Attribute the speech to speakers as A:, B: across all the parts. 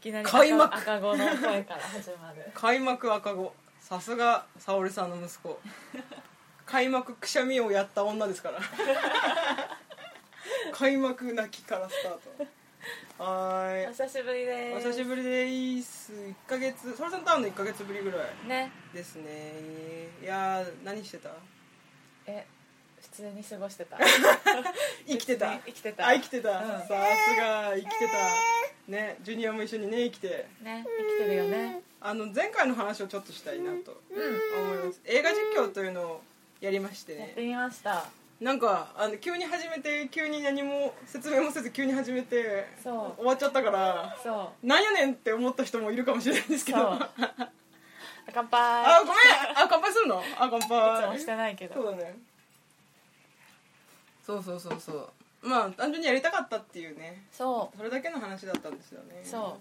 A: きなり
B: 開幕
A: 赤子の声から始まる
B: 開幕赤子さすが沙織さんの息子開幕くしゃみをやった女ですから 開幕泣きからスタートはー
A: お久しぶり
B: い
A: で
B: お
A: す
B: 久しぶりです1ヶ月沙織さんと会うの1ヶ月ぶりぐらい
A: ね
B: ですねいやー何してた
A: え普通に過ごしてた
B: 生きてた
A: 普通に生きてた
B: あ生きてた、
A: うん
B: さすが生きてたねジュニアも一緒にね生きて
A: ね生きてるよね
B: あの前回の話をちょっとしたいなと
A: う
B: 思います映画実況というのをやりまして
A: んやっ
B: ね
A: てみました
B: なんかあの急に始めて急に何も説明もせず急に始めて
A: そう
B: 終わっちゃったから
A: そ
B: なんやねんって思った人もいるかもしれないですけど
A: そう
B: あ
A: う乾杯
B: ごめんあ乾杯するのあ乾
A: いつも
B: 杯
A: してないけ
B: そう
A: ど
B: だねそうそうそうそうまあ単純にやりたかったっていうね
A: そ
B: それだけの話だったんですよね
A: うそ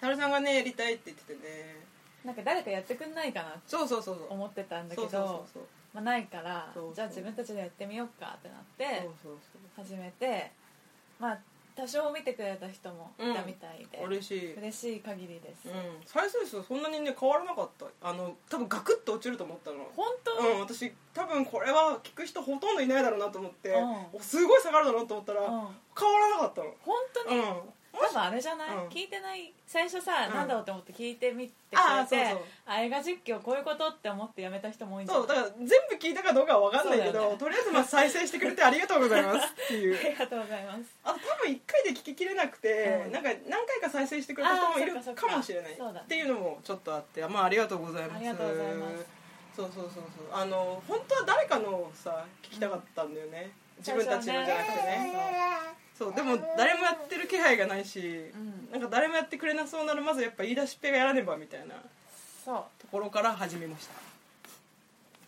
B: タルさんがねやりたいって言っててね
A: うなんか誰かやってくんないかなって
B: そうそうそうそう
A: 思ってたんだけ
B: そうそうそ
A: ど
B: うそう
A: まあないから
B: そうそう
A: じゃあ自分たちでやってみようかってなっ
B: そう
A: て
B: そう
A: 始めてまあ多少見てくれた人もいたみたいで、
B: そう嬉しい
A: 嬉しい限りで
B: う
A: す、
B: ん、再生数そんなにね変わらなかったあの多分ガクッと落ちると思ったの
A: 本
B: う
A: 当、
B: ん私多分これは聞く人ほとんどいないだろうなと思って、
A: う
B: すごい下がるだろうなと思ったら、
A: うん
B: 変わらなかったの
A: 本当に、
B: うん
A: 多分あれじゃない、
B: うん
A: 聞いてない最初さ、
B: うん
A: なんだろうって思って聞いてみてく
B: あー
A: れて
B: そうそう
A: あ映画実況こういうことって思ってやめた人も多いんじゃ
B: そう
A: ない
B: だから全部聞いたかどうかは分かんないけ
A: そうだ
B: ど、
A: よね
B: とりあえずまあ再生してくれてありがとうございますっていう
A: ありがとうございます
B: あと多分1回で聞ききれなくて、
A: うん
B: なんか何回か再生してくれた人もいる
A: あーそっかそっか
B: かもしれない
A: そうだね
B: っていうのもちょっとあってまあありがとうございます
A: ありがとうございます
B: そうそうそうそうあの本当は誰かのをさ聞きたかったんだよね、自分たちのじゃなくてねそうでも誰もやってる気配がないし、
A: ん
B: なんか誰もやってくれなそうならまずやっぱ言い出しっぺがやらねばみたいな
A: そう
B: ところから始めました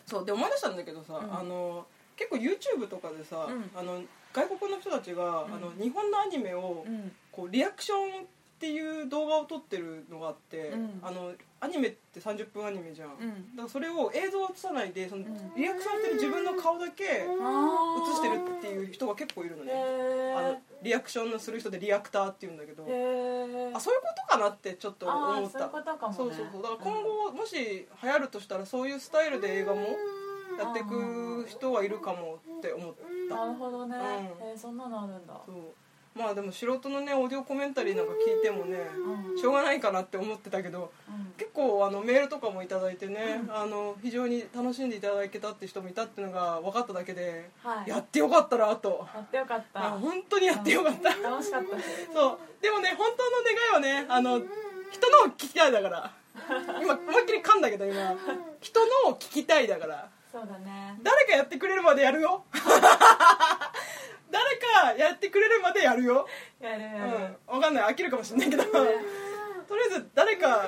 B: そうで思い出したんだけどさ、
A: うん
B: あの結構 YouTube とかでさ、
A: うん
B: あの外国の人たちが、
A: うん
B: あの日本のアニメを、
A: うん
B: こうリアクションっていう動画を撮ってるのがあって、
A: うん
B: あのアニメって30分アニメじゃん、
A: う
B: だ
A: ん
B: からそれを映像を映さないでその
A: ん
B: リアクションしてる自分の顔だけ映してるって
A: う
B: いう人が結構いるの
A: へ
B: ね、あ
A: ー
B: のリアクションのする人でリアクターっていうんだけど、
A: へー
B: あそういうことかなってちょっと思った
A: あーそういうことかもね
B: そうそうそうだから今後もし流行るとしたらそういうスタイルで映画もやっていく人はいるかもって思った
A: なるほどね、
B: うん
A: えーそんなのあるんだ
B: そうまあでも素人のねオーディオコメンタリーなんか聞いてもね
A: うん
B: しょうがないかなって思ってたけど
A: うん
B: 結構あのメールとかもいただいてね、あの非常に楽しんでいただけたって人もいたっていうのが分かっただけで、
A: はい
B: やってよかったなと
A: やってよかっ
B: あ
A: た
B: 本当にやってよかった
A: 楽しかったし
B: そうでもね本当の願いはねあの人のを聞きたいだから今思いっきり噛んだけど今人のを聞きたいだから
A: そうだね
B: 誰かやってくれるまでやるよ 誰かやってくれるまでやるよ、
A: やるや
B: う
A: る、
B: ん、分かんない飽きるかもしれないけどとりあえず誰か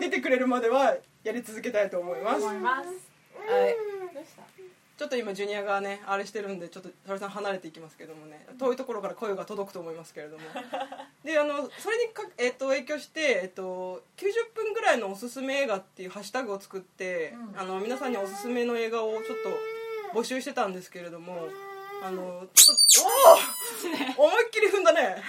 B: 出てくれるまではやり続けたいと思います
A: 思いますはいどうした
B: ちょっと今ジュニアがねあれしてるんでちょっと沙織さん離れていきますけどもね遠いところから声が届くと思いますけれど もであのそれにか、えっと影響して、えっと90分ぐらいのおすすめ映画っていうハッシュタグを作って、
A: うん
B: あの皆さんにおすすめの映画をちょっと募集してたんですけれどもあのち ょっとおお思いっきり踏んだね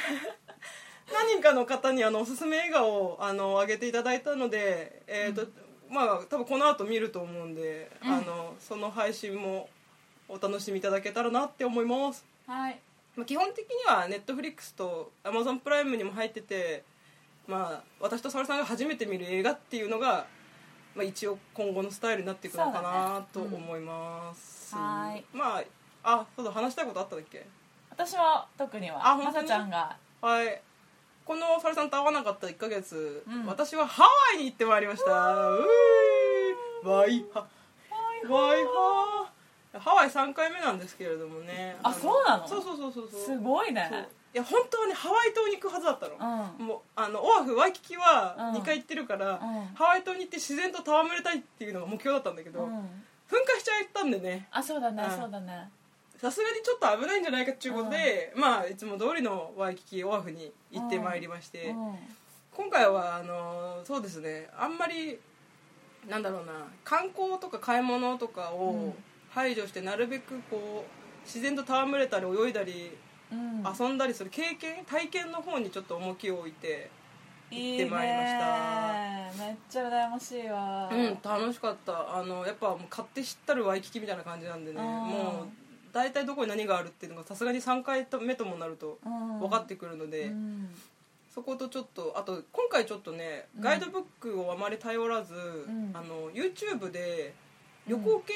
B: 何人かの方にあのおすすめ映画をあの上げていただいたので、えーとまあ、多分この後見ると思うんで、あのその配信もお楽しみいただけたらなって思います、
A: はい
B: まあ、基本的には Netflix と Amazon プライムにも入ってて、まあ、私と沙織さんが初めて見る映画っていうのが、まあ、一応今後のスタイルになっていくのかなと
A: そうだねうん
B: 思います、
A: はい
B: まああそうだ話したいことあっただっけ
A: 私は特には
B: あ本
A: ま
B: 当
A: さ
B: に
A: ちゃんが
B: はいこの沙織さんと会わなかった1ヶ月、
A: うん
B: 私はハワイに行ってまいりましたうーいわいはわいはハワイ3回目なんですけれどもね
A: あそうなの
B: そうそうそうそうそう
A: すごいね
B: そういや本当はねハワイ島に行くはずだったの、
A: うん
B: もうあのオアフワイキキは
A: うん
B: 2回行ってるから、
A: うん
B: ハワイ島に行って自然と戯れたいっていうのが目標だったんだけど、
A: う
B: 噴
A: ん
B: 火しちゃったんでね
A: あそうだね
B: うん
A: そうだね
B: さすがにちょっと危ないんじゃないかっていうことで、まあいつも通りのワイキキオアフに行ってまいりまして、
A: うん
B: 今回はあのそうですねあんまりなんだろうな観光とか買い物とか
A: うん
B: を排除してなるべくこう自然と戯れたり泳いだり
A: うん
B: 遊んだりする経験体験の方にちょっと重きを置いて行ってまいりました
A: いいねめっちゃ羨ましいわ
B: うん楽しかったあのやっぱもう勝手知ったるワイキキみたいな感じなんでね
A: うん
B: もう大体どこに何があるっていうのがさすがに3回目ともなると
A: うん
B: 分かってくるので、
A: うん
B: そことちょっとあと今回ちょっとね
A: うん
B: ガイドブックをあまり頼らず、
A: ん
B: あの YouTube で旅行系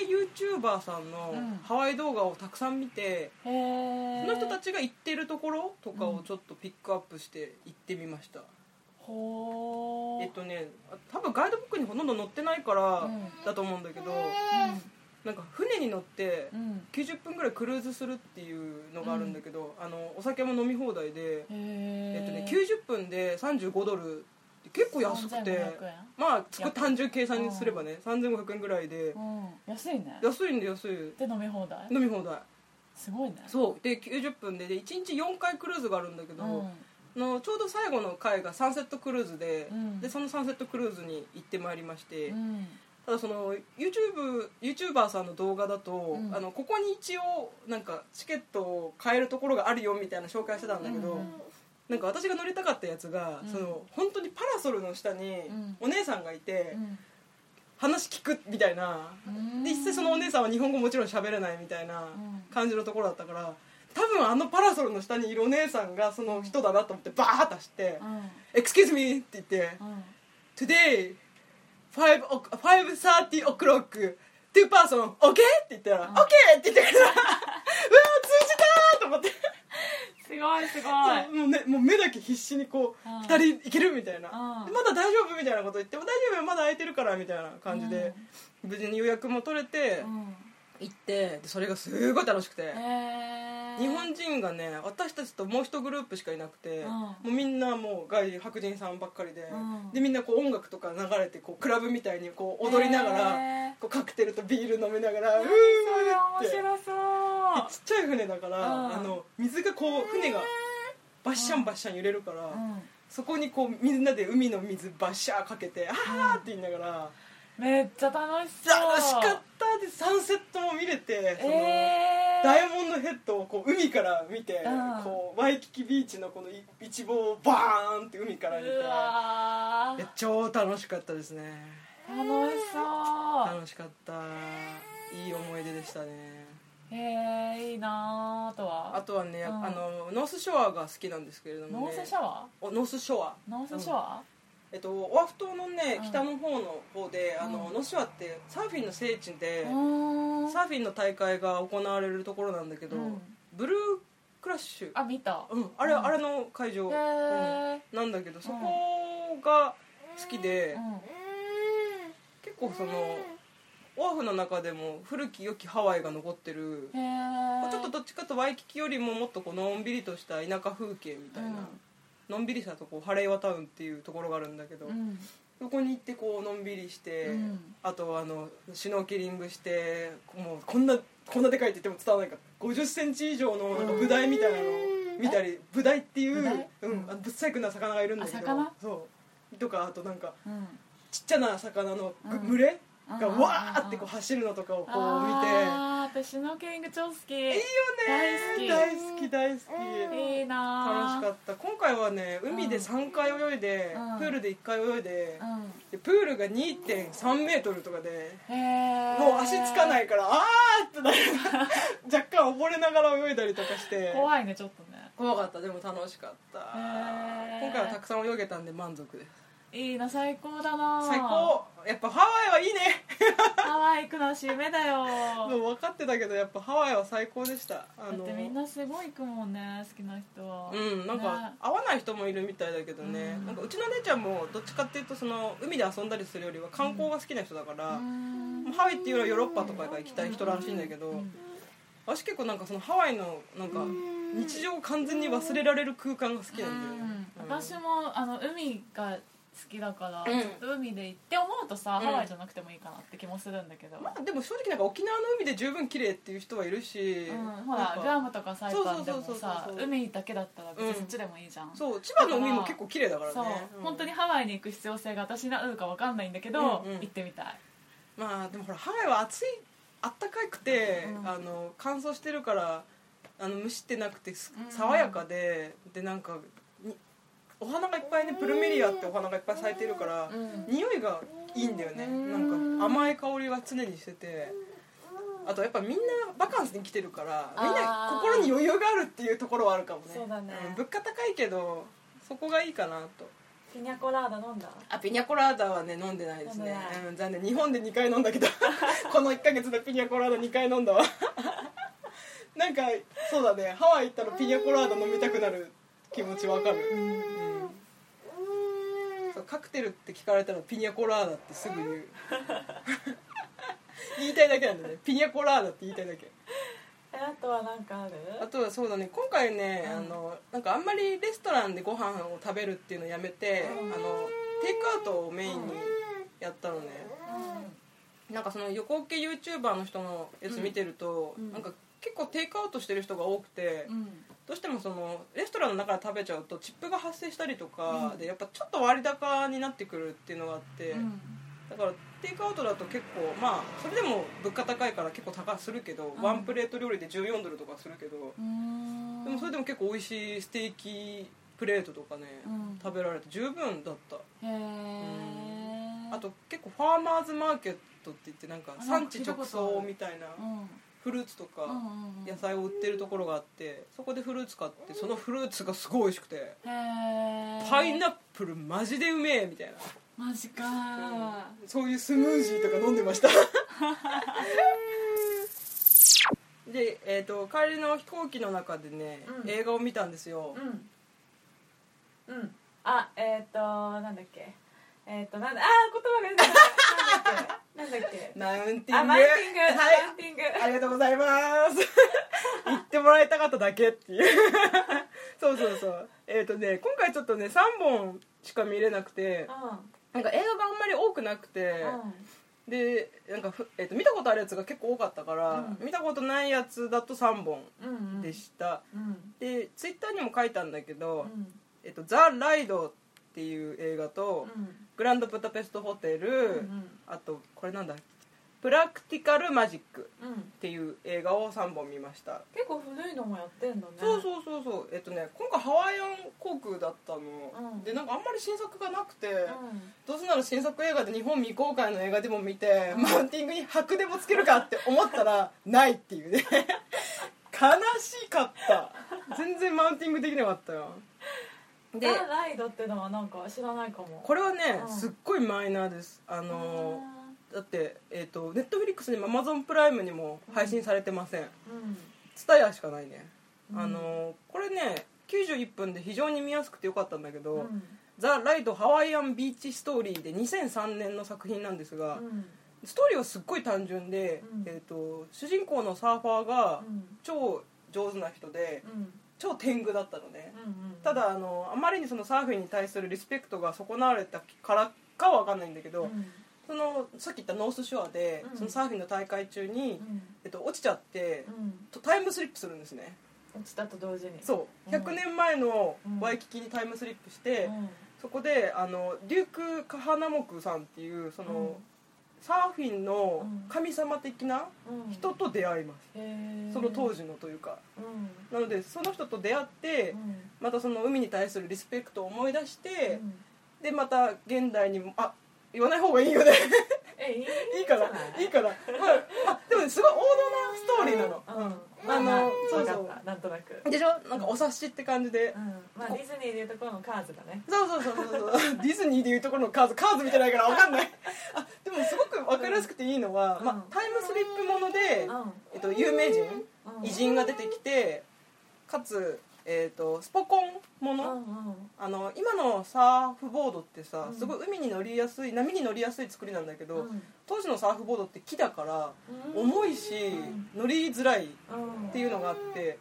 B: YouTuber さんの
A: うん
B: ハワイ動画をたくさん見て、
A: へえ
B: その人たちが行ってるところとかをちょっとピックアップして行ってみました、
A: ほー
B: えっとね多分ガイドブックにほとんど載ってないから
A: うん
B: だと思うんだけど、なんか船に乗って
A: うんうん
B: 90分ぐらいクルーズするっていうのがあるんだけど、あのお酒も飲み放題で、え
A: え
B: っとね、90分で35ドルって結構安くてまあすごい単純計算にすればね3500円ぐらいで
A: うん、安いね
B: 安いんで安い
A: で飲み放題
B: 飲み放題
A: すごいね
B: そうで90分でで1日4回クルーズがあるんだけど、
A: うん
B: のちょうど最後の回がサンセットクルーズで,、
A: うん
B: でそのサンセットクルーズに行ってまいりまして、
A: うん
B: ただその YouTube YouTuber さんの動画だと、
A: うん
B: あのここに一応なんかチケットを買えるところがあるよみたいな紹介してたんだけど、
A: うん
B: なんか私が乗りたかったやつが、
A: うん
B: その本当にパラソルの下に
A: ん
B: お姉さんがいて、
A: うん
B: 話聞くみたいな、
A: うん
B: で実際そのお姉さんは日本語もちろん喋れないみたいな
A: うん
B: 感じのところだったから多分あのパラソルの下にいるお姉さんがその人だなと思ってバーッと走って
A: う
B: 「
A: ん
B: Excuse me」って言って
A: うん
B: Today, 5 o- 5.30 o'clock, two person, okay? って言ったら、
A: うん
B: OK! って言ってくれた。うわー、通じ たーと思って。
A: すごいすごい
B: もうね、もう目だけ必死にこう、
A: うん
B: 二人いけるみたいな、
A: うん
B: でまだ大丈夫みたいなこと言っても大丈夫よ、まだ空いてるからみたいな感じで、無事に予約も取れて、行って、でそれがすごい楽しくて。
A: え
B: 日本人がね私たちともう一グループしかいなくて、
A: うん
B: もうみんなもう外白人さんばっかりで、
A: うん
B: でみんなこう音楽とか流れてこうクラブみたいにこう踊りながら、
A: へー
B: こうカクテルとビール飲みながらうーっ
A: そ
B: て
A: れ面白そう
B: でちっちゃい船だから、
A: うん
B: あの水がこう船がバッシャンバッシャン揺れるから、
A: うん
B: そこにこうみんなで海の水バッシャーかけて「あー」って言いながら、
A: めっちゃ楽しそう
B: 楽しかったでサンセットも見れて。その
A: えー
B: ダイヤモンドヘッドをこう海から見て、
A: うん
B: こうワイキキビーチのこのい一望をバーンって海から見て
A: うわ
B: い
A: ー
B: や超楽しかったですね
A: 楽しそう
B: 楽しかったいい思い出でしたね
A: へえいいなーあと
B: あ
A: は
B: とはね、
A: うん
B: あのノースショアが好きなんですけれども、
A: ノ
B: ね、
A: ースシャワ
B: おノースショア
A: ーノースシャワ
B: えっと、オアフ島のね
A: うん
B: 北の方の方で、あの
A: うん
B: ノースショアってサーフィンの聖地
A: ー
B: で、
A: うーん
B: サーフィンの大会が行われるところなんだけど、
A: うん
B: ブルークラッシュ
A: あ見た
B: うん、あれ、
A: うん
B: あれの会場、
A: へー
B: うんなんだけどそこが好きで、
A: う
B: 結構そのオアフの中でも古き良きハワイが残ってる
A: んへえ
B: ちょっとどっちかとワイキキよりももっとこうのんびりとした田舎風景みたいな、のんびりしたとこハレイワタウンっていうところがあるんだけど、
A: うん
B: そこに行ってこうのんびりして、
A: うん
B: あとあのシュノーケリングしてもうこんなこんなでかいって言っても伝わらないから5 0ンチ以上のなんかブダイみたいなのを見たりブダイっていう、
A: ブダイ
B: うん、あのぶっさいくな魚がいるんだけど
A: あ魚
B: そうとかあとなんか
A: うん
B: ちっちゃな魚のぐ
A: うん
B: 群れ
A: うん
B: がわーってこう走るのとかをこう見ていいよ
A: あー私シュノーケリング超好きいい
B: ね
A: 大
B: 大好き大好き
A: いい
B: 楽
A: な
B: しかった今回はね海で3回泳いで、
A: うん
B: プールで1回泳いで、
A: うん
B: でプールが2 3メートルとかで
A: へえ
B: もう足つかないいからあーってなる若干溺れながら泳いだりとかして
A: 怖いねちょっとね
B: 怖かったでも楽しかった
A: へー
B: 今回はたくさん泳げたんで満足です
A: いいな最高だな
B: 最高やっぱハワイはいいね
A: ハワイ行くのは夢だよ
B: もう分かってたけどやっぱハワイは最高でしたあ
A: だってみんなすごい行くもんね好きな人は
B: うんなんか
A: ね
B: 合わない人もいるみたいだけどね、
A: うん
B: なんかうちの姉ちゃんもどっちかっていうとその海で遊んだりするよりは観光が好きな人だから、
A: うん
B: もうハワイっていうよりはヨーロッパとかが行きたい人らしいんだけど、
A: うん
B: 私結構なんかそのハワイのなんか日常を完全に忘れられる空間が好きなんだよね、
A: うん私もあの海が好きだか
B: う
A: ら、
B: ん
A: ちょっと海で行って思うとさ、
B: うん
A: ハワイじゃなくてもいいかなって気もするんだけど、
B: まあでも正直なんか沖縄の海で十分綺麗っていう人はいるし、
A: うん、ほ
B: な
A: ら
B: んか
A: グアムとかサイパンでも
B: そうそうそう
A: さ
B: そうそう
A: 海だけだったら別
B: う
A: に
B: ん
A: そっちでもいいじゃん、う
B: そう千葉の海も結構綺麗だからねうん
A: 本当にハワイに行く必要性が私にあるか分かんないんだけど、
B: うんうん
A: 行ってみたい
B: まあでもほらハワイは暑いあったかくて、
A: うん
B: あの乾燥してるからあの蒸してなくてす
A: うん
B: 爽やかで、でなんかにお花がいっぱいねプルメリアってお花がいっぱい咲いてるから、
A: うん
B: 匂いがいいんだよねなんか甘い香りが常にしててあとやっぱみんなバカンスに来てるからみんな
A: あー
B: 心に余裕があるっていうところはあるかもね
A: そうだね
B: ん物価高いけどそこがいいかなと
A: ピニャコラーダ飲んだ
B: あピニャコラーダはね飲んでないです
A: 飲ん
B: ね
A: でない、
B: うん、残念日本で2回飲んだけど この1ヶ月でピニャコラーダ2回飲んだわ なんかそうだねハワイ行ったらピニャコラーダ飲みたくなる気持ちわかる、うんそうカクテルって聞かれたらピニャコラーダってすぐ言う 言いたいだけなんだねピニャコラーダって言いたいだけ
A: えあとは何かある
B: あとはそうだね今回ね、
A: うん
B: あのなんかあんまりレストランでご飯を食べるっていうのをやめて、
A: うん
B: あのテイクアウトをメインにやったのね、なんかその横受け YouTuber の人のやつ見てると、
A: うん
B: なんか結構テイクアウトしてる人が多くて、
A: うんうん
B: どうしてもそのレストランの中で食べちゃうとチップが発生したりとか、
A: うん
B: でやっぱちょっと割高になってくるっていうのがあって、
A: うん
B: だからテイクアウトだと結構まあそれでも物価高いから結構高するけど、
A: うん
B: ワンプレート料理で14ドルとかするけど、
A: うん
B: でもそれでも結構美味しいステーキプレートとかね、
A: うん
B: 食べられて十分だった
A: へえ
B: あと結構ファーマーズマーケットって言ってなんか
A: あなん
B: 産
A: か
B: 地
A: 聞いた
B: 直
A: ことある
B: 送みたいな
A: うん
B: フルーツと
A: うん
B: か
A: うんうん
B: 野菜を売ってるところがあってそこでフルーツ買ってそのフルーツがすごい美味しくて
A: へえ
B: パイナップルマジでうめえみたいな
A: マジかー
B: そういうスムージーとか飲んでま したで、えー、と帰りの飛行機の中でね、
A: うん
B: 映画を見たんですよ、
A: うんうんあえっ、となんだっけえっ、となんだあー言葉が出てこないなんだっけなん
B: マ
A: だっけ
B: ウンティング
A: あマウンティング、
B: はい
A: マウンティング
B: ありがとうございます。言ってもらいたかっただけっていう。そうそうそう。えっ、とね、今回ちょっとね、3本しか見れなくて、なんか映画があんまり多くなくて、で、なんかふ、えーと見たことあるやつが結構多かったから、
A: うん
B: 見たことないやつだと3本
A: うんうんうん
B: でした。
A: うん
B: で、ツイッターにも書いたんだけ
A: う
B: ど、
A: ん
B: えっ、と、ザ・ライドっていう映画と、
A: うん
B: グランドブタペストホテル、
A: うん
B: あと、これなんだプラクティカル・マジック。
A: うん
B: っていう映画を3本見ました、
A: 結構古いのもやってんだね
B: そうそうそうそうえっとね今回ハワイアン航空だったの、
A: うん
B: でなんかあんまり新作がなくて、
A: うん
B: どうせなら新作映画で日本未公開の映画でも見て、マウンティングに白でもつけるかって思った らないっていうね悲しかった全然マウンティングできなかったよで
A: ザ・ライドってのはなんか知らないかも
B: これはね、
A: うん
B: すっごいマイナーですあのだってえっ、とネットフリックスにも a z o n プライムにも配信されてません
A: うん
B: ツタヤしかないね、
A: うん
B: あのこれね91分で非常に見やすくてよかったんだけど「
A: うん
B: ザ・ライド・ハワイアン・ビーチ・ストーリー」で2003年の作品なんですが、
A: うん
B: ストーリーはすっごい単純で、
A: うん
B: えー、と主人公のサーファーが
A: うん
B: 超上手な人で
A: うん
B: 超天狗だったのね、
A: うんうん
B: ただあのあまりにそのサーフィンに対するリスペクトが損なわれたからかは分かんないんだけ
A: う
B: ど、
A: ん
B: そのさっき言ったノースショアで、
A: うん
B: そのサーフィンの大会中に、
A: うん
B: えっと、落ちちゃって
A: う、ん
B: とタイムスリップするんですね
A: 落ちたと同時に
B: そう
A: うん
B: 100年前のワイキキにタイムスリップして、
A: うん
B: そこであのデューク・カハナモクさんっていうその、
A: うん
B: サーフィンの神様的な
A: うん
B: 人と出会います、
A: へー
B: その当時のというか
A: うん
B: なのでその人と出会って、
A: うん
B: またその海に対するリスペクトを思い出して
A: う、ん
B: でまた現代にもあ言わない方がいいよ ね
A: えいい
B: いいからいいから、まあ、あでもねすごい王道なストーリーなの、
A: うん
B: あの
A: ま
B: そうそう
A: わかったなんとなく
B: でしょなんかお察しって感じで、
A: うんまあディズニーでいうところのカーズだね
B: そうそうそうそうそうディズニーでいうところのカーズカーズ見てないから分かんない あでもすごく分かりやすくていいのは、
A: うん
B: まあ、タイムスリップもので、
A: う
B: えっと、有名人、
A: ん
B: 偉人が出てきてかつ、えっと、スポコンも
A: うんう
B: の、
A: ん
B: あの今のサーフボードってさ、
A: うん
B: すごい海に乗りやすい波に乗りやすい作りなんだけど、
A: うん
B: 当時のサーフボードって木だから
A: うん
B: 重いし、
A: うん
B: 乗りづらい
A: うん
B: っていうのがあってで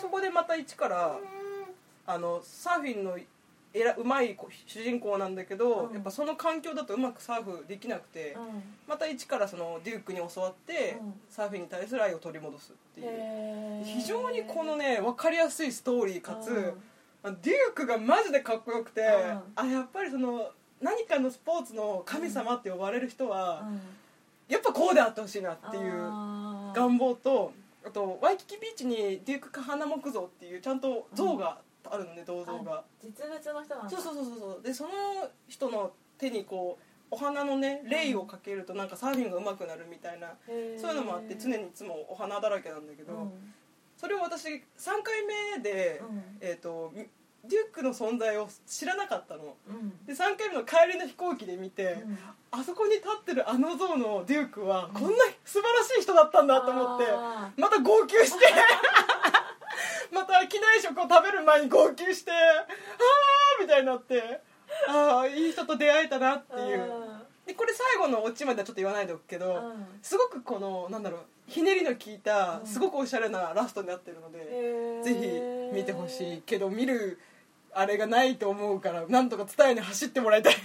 B: そこでまた一からあのサーフィンのえらうまい子主人公なんだけど、
A: うん
B: やっぱその環境だとうまくサーフできなくて、
A: うん
B: また一からそのデュークに教わって、
A: うん
B: サーフィンに対する愛を取り戻すっていう
A: へー
B: 非常にこのね分かりやすいストーリーかつ、
A: うん
B: あデュークがマジでかっこよくて、
A: う
B: あやっぱりその何かのスポーツの神様って呼ばれる人は、
A: う
B: やっぱこうであってほしいなってい
A: ん
B: う
A: あー
B: 願望とあとワイキキビーチにデューク・カハナ木像っていうちゃんと像があるんで銅像が
A: 実物の人なんだ
B: そうそうそうそうそうでその人の手にこうお花のねレイをかけるとなんかサーフィンが上手くなるみたいな、
A: そうい
B: そういうのもあって常にいつもお花だらけなんだけど、
A: うん
B: それを私3回目で、
A: うん
B: えー、とデュックの存在を知らなかったの
A: うん
B: で3回目の帰りの飛行機で見て、
A: うん
B: あそこに立ってるあの像のデュークはこんな素晴らしい人だったんだと思って、
A: あ
B: また号泣して また機内食を食べる前に号泣してああみたいになってああいい人と出会えたなって
A: ー
B: いうでこれ最後のオチまではちょっと言わないでおくけど、
A: うん
B: すごくこのなんだろうひねりの効いた
A: うん
B: すごくおしゃれなラストになってるので、ぜひ見てほし
A: へ
B: いけど見るあれがないと思うからなんとか伝えに走ってもらいたいっ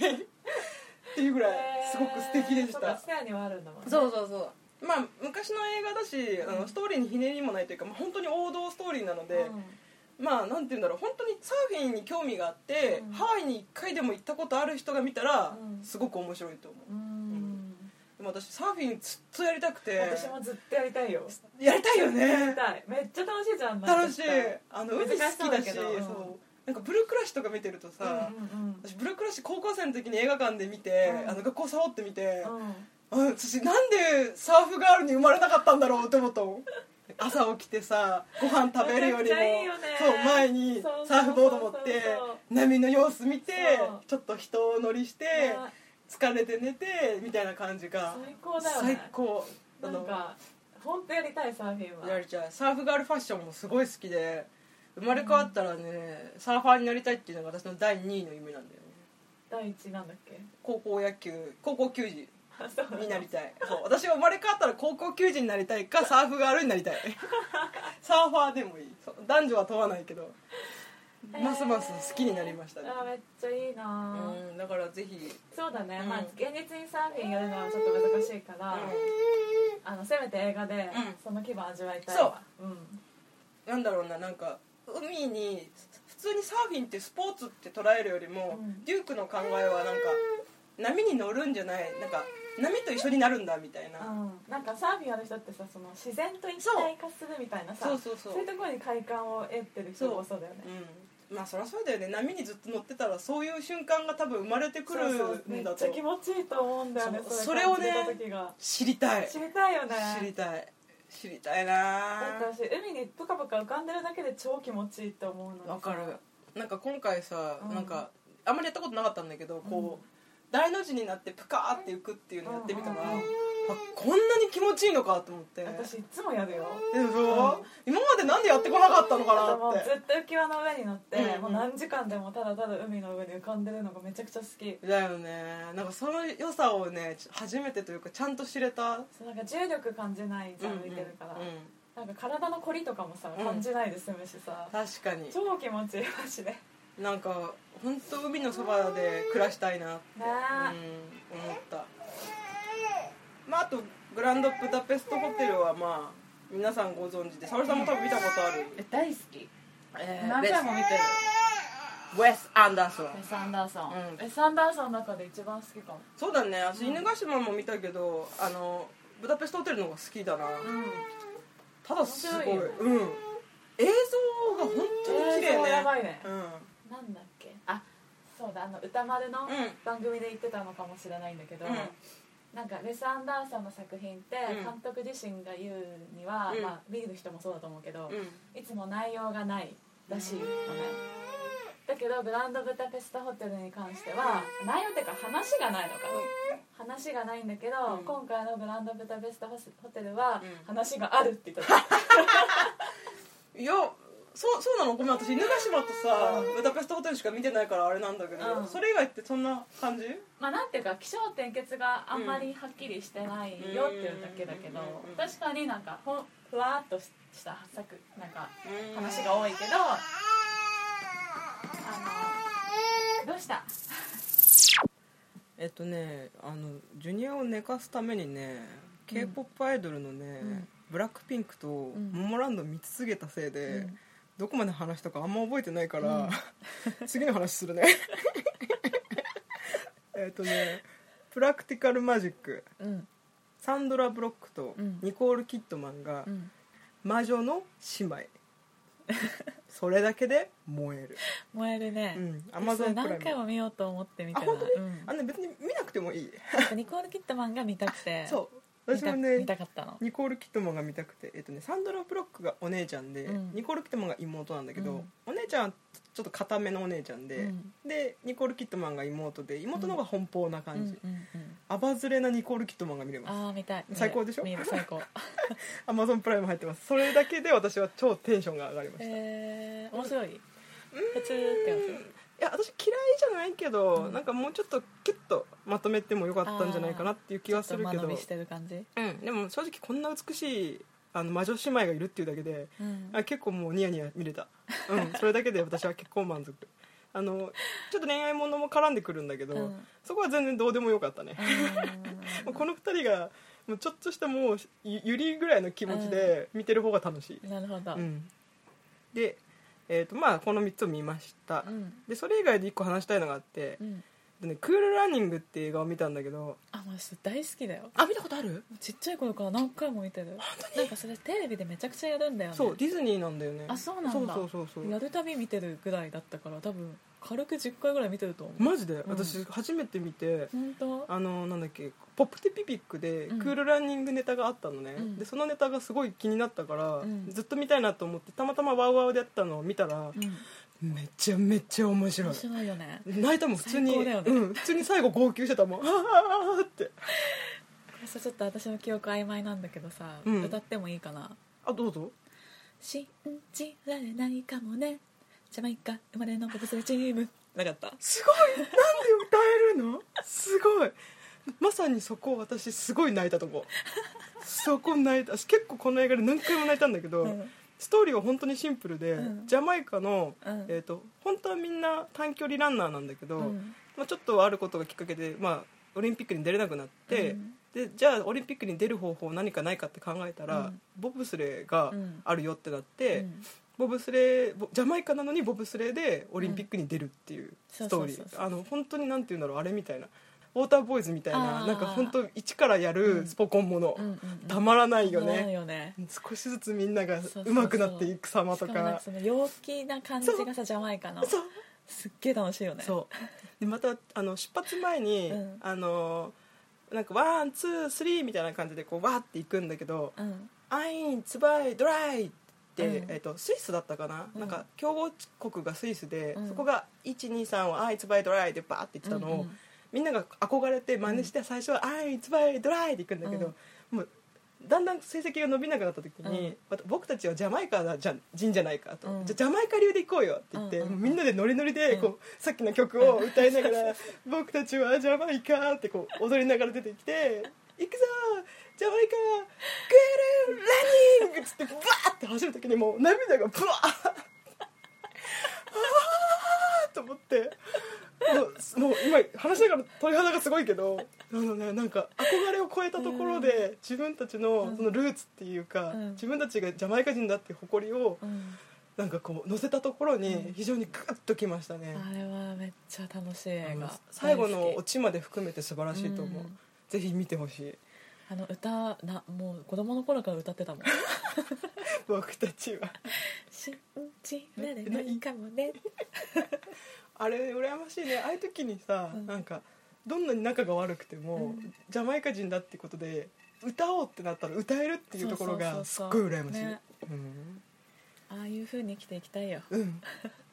B: ていうぐらい
A: ー
B: すごく素敵でし
A: そっか
B: た
A: ツタヤにはあるんだもんね
B: そうそうそうまあ昔の映画だしあのストーリーにひねりもないというか、まあ、本当に王道ストーリーなので、まあなんて言うんだろう本当にサーフィンに興味があって、
A: うん
B: ハワイに1回でも行ったことある人が見たら、
A: うん
B: すごく面白いと思う
A: うんうん
B: でも私サーフィンずっとやりたくて
A: 私もずっとやりたいよ
B: やりたいよ
A: や
B: ね
A: りたいめっちゃ楽しいじゃん
B: 楽しい
A: うん
B: あの海好きだし
A: 難しそうだけどうん
B: そうなんかブルークラッシュとか見てるとさ、
A: うん
B: 私ブルークラッシュ高校生の時に映画館で見て、
A: うん
B: あの学校サボって見て、
A: うんうん
B: うん私なんでサーフガールに生まれなかったんだろうって思ったもん朝起きてさご飯食べるより
A: めちゃくち
B: も
A: ゃいいよね
B: そう前に
A: そうそうそう
B: サーフボード持って
A: そう
B: 波の様子見て
A: そう
B: ちょっと人を乗りして
A: ね
B: 疲れて寝てみたいな感じが
A: 最高だよ
B: 最
A: ね
B: 高あ
A: なん
B: の
A: か本当やりたいサーフィンは
B: やりちゃうサーフガールファッションもすごい好きで生まれ変わったらねサーファーになりたいっていうのが私の第2位の夢なんだよね
A: 第一なんだっけ
B: 高校野球高校球児
A: あそう
B: になりたいそう私が生まれ変わったら高校球児になりたいかサーフガールになり たいサーファーでもいいそう男女は問わないけど
A: へー
B: ますます好きになりましたね
A: あめっちゃいいなあ
B: うんだからぜひ
A: そうだね、
B: うん
A: まあ現実にサーフィンやるのはちょっと難しいから、あのせめて映画で
B: うん
A: その気分味わいたい
B: そう
A: わ、うん
B: なんだろうななんか海に普通にサーフィンってスポーツって捉えるよりも、
A: うん
B: デュークの考えはなんか波に乗るんじゃないなんか波と一緒になるんだみたいな、
A: うん、なんかサーフィンやる人ってさその自然と一体化するみたいなさ
B: そうそうそう
A: いうところに快感を得てる人こそだよね
B: うんまあそりゃそうだよね波にずっと乗ってたらそういう瞬間が多分生まれてくる
A: そうそうめ
B: ん
A: っ
B: だ
A: ち
B: と
A: ゃ気持ちいいと思うんだよね
B: そう
A: ういう
B: それをね
A: 感じた時が
B: 知りたい
A: 知りたいよね
B: 知りたい知りたい
A: だ
B: な
A: って私海にプカプカ浮かんでるだけで超気持ちいいと思うのにさ
B: わかるなんか今回さ、
A: うん
B: なんかあんまりやったことなかったんだけどこう、大の字になってプカーって浮くっていうのやってみたから、
A: うんうんうん
B: あこんなに気持ちいいのかと思って
A: 私いつもやるよ
B: でも今までなんでやってこなかったのか
A: あともう
B: なっ
A: ずっと浮き輪の上に乗って、
B: うんうん
A: もう何時間でもただただ海の上に浮かんでるのがめちゃくちゃ好き
B: てだよねなんかその良さをねち初めてというかちゃんと知れた
A: そうなんか重力感じないじゃん浮いてるから、
B: うんうん
A: なんか体のこりとかもさ
B: うん
A: 感じないで済むしさ、
B: 確かに
A: 超気持ちいいマジでね
B: なんか本当海のそばで暮らしたいなって
A: え、
B: うん思ったまああとグランドブダペストホテルはまあ皆さんご存知で沙織さんも多分見たことある、
A: 大好き
B: え
A: 何回も見てる
B: ウェス・アンダーソン
A: ウェス・アンダーソン、
B: うん
A: ウェス・アンダーソンの中で一番好きかも
B: そうだね私犬ヶ島も見たけどあのブダペストホテルの方が好きだな、
A: う
B: ただすごい
A: 面白いよね
B: うん映像が本当に綺
A: 映像や
B: 麗
A: ば
B: ね
A: いね
B: うん
A: んなんだっけあそうだあの歌丸の
B: うん
A: 番組で言ってたのかもしれないんだけど、
B: うん
A: なんかウェス・アンダーソンの作品って
B: うん
A: 監督自身が言うには、
B: うん
A: まあ、見る人もそうだと思うけど、
B: うん
A: いつも内容がないらしいのねだけどグランドブダペストホテルに関しては内容っていうか話がないのかな話がないんだけど、
B: うん
A: 今回のグランドブダペストホテルは
B: うん
A: 話があるって言ってた、
B: いやそうそうなのごめん私犬ヶ島とさ、
A: うん
B: ブダペストホテルしか見てないからあれなんだけど、
A: うん
B: それ以外ってそんな感じ
A: まあなんていうか気象転結があんまりはっきりしてないよっていうだけだけど
B: うん
A: 確かになんかほんふわっとした作なんか話
B: 話
A: が多いけどあのどうした
B: えっとねあのジュニアを寝かすためにね k p o p アイドルのね、
A: うん
B: ブラックピンクとモ
A: ん
B: モランドを見続けたせいで、
A: うん
B: どこまで話したかあんま覚えてないから、 次の話す るねえっとねプラクティカルマジック
A: うん
B: サンドラ・ブロックと
A: うん
B: ニコール・キッドマンが
A: ん
B: 魔女の姉妹それだけで燃える
A: 燃えるね、
B: うんア
A: ア
B: マゾンプラ
A: 何
B: イ
A: 回
B: ム
A: も見ようと思ってみ
B: あ
A: たら、う
B: 本当に、
A: ん
B: あ、のね別に見なくてもいい
A: やっぱニコール・キットマンが見たくて
B: そう私も
A: 見
B: ね
A: た見たかったの
B: ニコール・キットマンが見たくて、えっとね、サンドラ・ブロックがお姉ちゃんで、
A: うん
B: ニコール・キットマンが妹なんだけど、
A: うん
B: お姉ちゃんはちょっと固めのお姉ちゃんで、
A: うん
B: でニコール・キットマンが妹で妹の方が奔放な感じ、
A: うんうんうん
B: アバズレなニコール・キットマンが見れます
A: ああ見たい見る
B: 最高でしょ
A: 見る最高
B: アマゾンプライム入ってますそれだけで私は超テンションが上がりました、
A: えー、面白い普通って感じ
B: いや私嫌いじゃないけど、
A: うん
B: なんかもうちょっとキュッとまとめてもよかったんじゃないかなっていう気はする
A: ちょっ
B: け
A: と間延
B: ど
A: びしてる感じ、
B: うん、でも正直こんな美しいあの魔女姉妹がいるっていうだけで
A: うん
B: あ結構もうニヤニヤ見れ た、うん、それだけで私は結構満足あのちょっと恋愛ものも絡んでくるんだけど、
A: うんうん
B: そこは全然どうでもよかったね、もうこの2人がもうちょっとしたもうゆゆりぐらいの気持ちで見てる方が楽しい、
A: なるほど、
B: うんで、えーとまあ、この3つを見ました、
A: うん
B: でそれ以外で1個話したいのがあって、
A: うん
B: でね、クールランニングっていう映画を見たんだけど
A: あもう私大好きだよ
B: あ見たことある
A: ちっちゃい頃から何回も見てるなんかそれテレビでめちゃくちゃやるんだよね
B: そうディズニーなんだよね
A: あそうなんだ
B: そうそうそうそう
A: やるたび見てるぐらいだったから多分軽く10回ぐらい見てると思う
B: マジで
A: ん
B: 私初めて見て、
A: 本当
B: あのなんだっけ「ポップテピピック」で
A: うん
B: クールランニングネタがあったのね、
A: うん
B: でそのネタがすごい気になったから、
A: ん
B: ずっと見たいなと思ってたまたまワウワウでやったのを見たら、
A: うん
B: めちゃめちゃ面白い
A: 面白いよね
B: 泣いたもん普通に、
A: 最高だよね
B: うん、普通に最後号泣してたもん「ああ」って
A: そうちょっと私の記憶曖昧なんだけどさ、
B: うん
A: 歌ってもいいかな
B: あどうぞ
A: 信じられないかもねジャマイカ生まれのポップスチームなかった
B: すごいなんで歌えるのすごいまさにそこ私すごい泣いたとこそこ泣いた私結構この映画で何回も泣いたんだけど、
A: うん
B: ストーリーは本当にシンプルで、
A: うん
B: ジャマイカの、
A: うん
B: えー、と本当はみんな短距離ランナーなんだけど、
A: うん
B: まあ、ちょっとあることがきっかけで、まあ、オリンピックに出れなくなって、
A: うん
B: でじゃあオリンピックに出る方法何かないかって考えたら、
A: うん
B: ボブスレーが
A: うん
B: あるよってなって、
A: うん
B: ボブスレーボジャマイカなのにボブスレーでオリンピックに出るっていう
A: う
B: ス
A: ん
B: トーリ
A: そうそうそう
B: ー
A: そう
B: あの本当になんて言うんだろうあれみたいなウォーターボーイズみたい
A: あ
B: な
A: ー
B: なんか本当一からやるスポコンもの、
A: うんうんうん
B: たまらないよ
A: ならない
B: ね
A: よね
B: 少しずつみんなが
A: そうそうそう
B: 上手くなっていく様
A: しか
B: と
A: もなんか
B: か
A: その陽気な感じがさジャマイカの
B: そう
A: すっげえ楽しいよね
B: そうでまたあの出発前に、
A: うん
B: あのなんかワンツースリーみたいな感じでこうわーっていくんだけど
A: う、ん
B: アインツバイドライって、
A: うん
B: えっとスイスだったかな、
A: うん
B: なんか強豪国がスイスで、
A: うん
B: そこが123をアイツバイドライでバーって言ってたのを、
A: うんうん
B: みんなが憧れて真似して最初はアイツバイドライって行くんだけど、もうだんだん成績が伸びなくなった時に、
A: うん
B: また僕たちはジャマイカじゃ人じゃないかと、
A: うん
B: じゃあジャマイカ流で行こうよって言って、
A: うんうんうん
B: みんなでノリノリでこう、
A: うん
B: さっきの曲を歌いながら「僕たちはジャマイカ」ってこう踊りながら出てきて「行くぞジャマイカグールランニング」っつってバーって走る時にもう涙がブワーあーと思って。もうもう今話しながら鳥肌がすごいけどあの、ね、なんか憧れを超えたところで自分たちのそのルーツっていうか、
A: うん
B: 自分たちがジャマイカ人だっていう誇りを
A: うん
B: なんかこう乗せたところ
A: うん
B: に非常にグッときましたね、
A: あれはめっちゃ楽しい
B: あ
A: 映
B: の
A: 画
B: 最後の
A: 大
B: オ
A: 好き
B: チまで含めて素晴らしいと思う、
A: うん
B: ぜひ見てほしい
A: あの歌なもう子供の頃から歌って たもん
B: 僕たちは
A: 信じられないかもね
B: あれ羨ましいねああいう時にさ、
A: うん
B: なんかどんなに仲が悪くても、
A: うん
B: ジャマイカ人だってことで歌おうってなったら歌えるっていうところ
A: そう
B: がす
A: そ
B: っ
A: う
B: ご
A: そ
B: いう羨ましい、
A: ね
B: うん
A: ああいう風に生きていきたいよ
B: うん、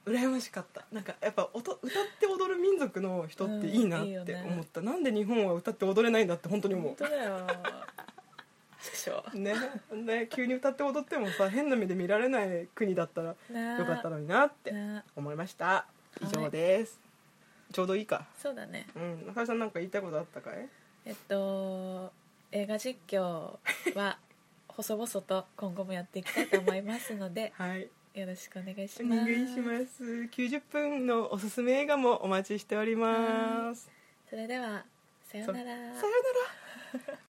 B: 羨ましかったなんかやっぱ音歌って踊る民族の人っていいなっ
A: うんいいよ
B: て
A: ね
B: 思った、なんで日本は歌って踊れないんだって本当に思
A: 本当だ よ畜
B: うねね急に歌って踊ってもさ変な目で見られない国だったらよ
A: 生ね
B: かったのになって
A: ね
B: 思いました以上です、ちょうどいいか
A: そうだね
B: うん中井さんなんか言いたいことあったかい
A: えっと映画実況 は細々と今後もやっていきたいと思いますので
B: はい
A: よろしくお願いし
B: お
A: ます
B: 願いします90分のおすすめ映画もお待ちしております
A: それではさようなら
B: さようなら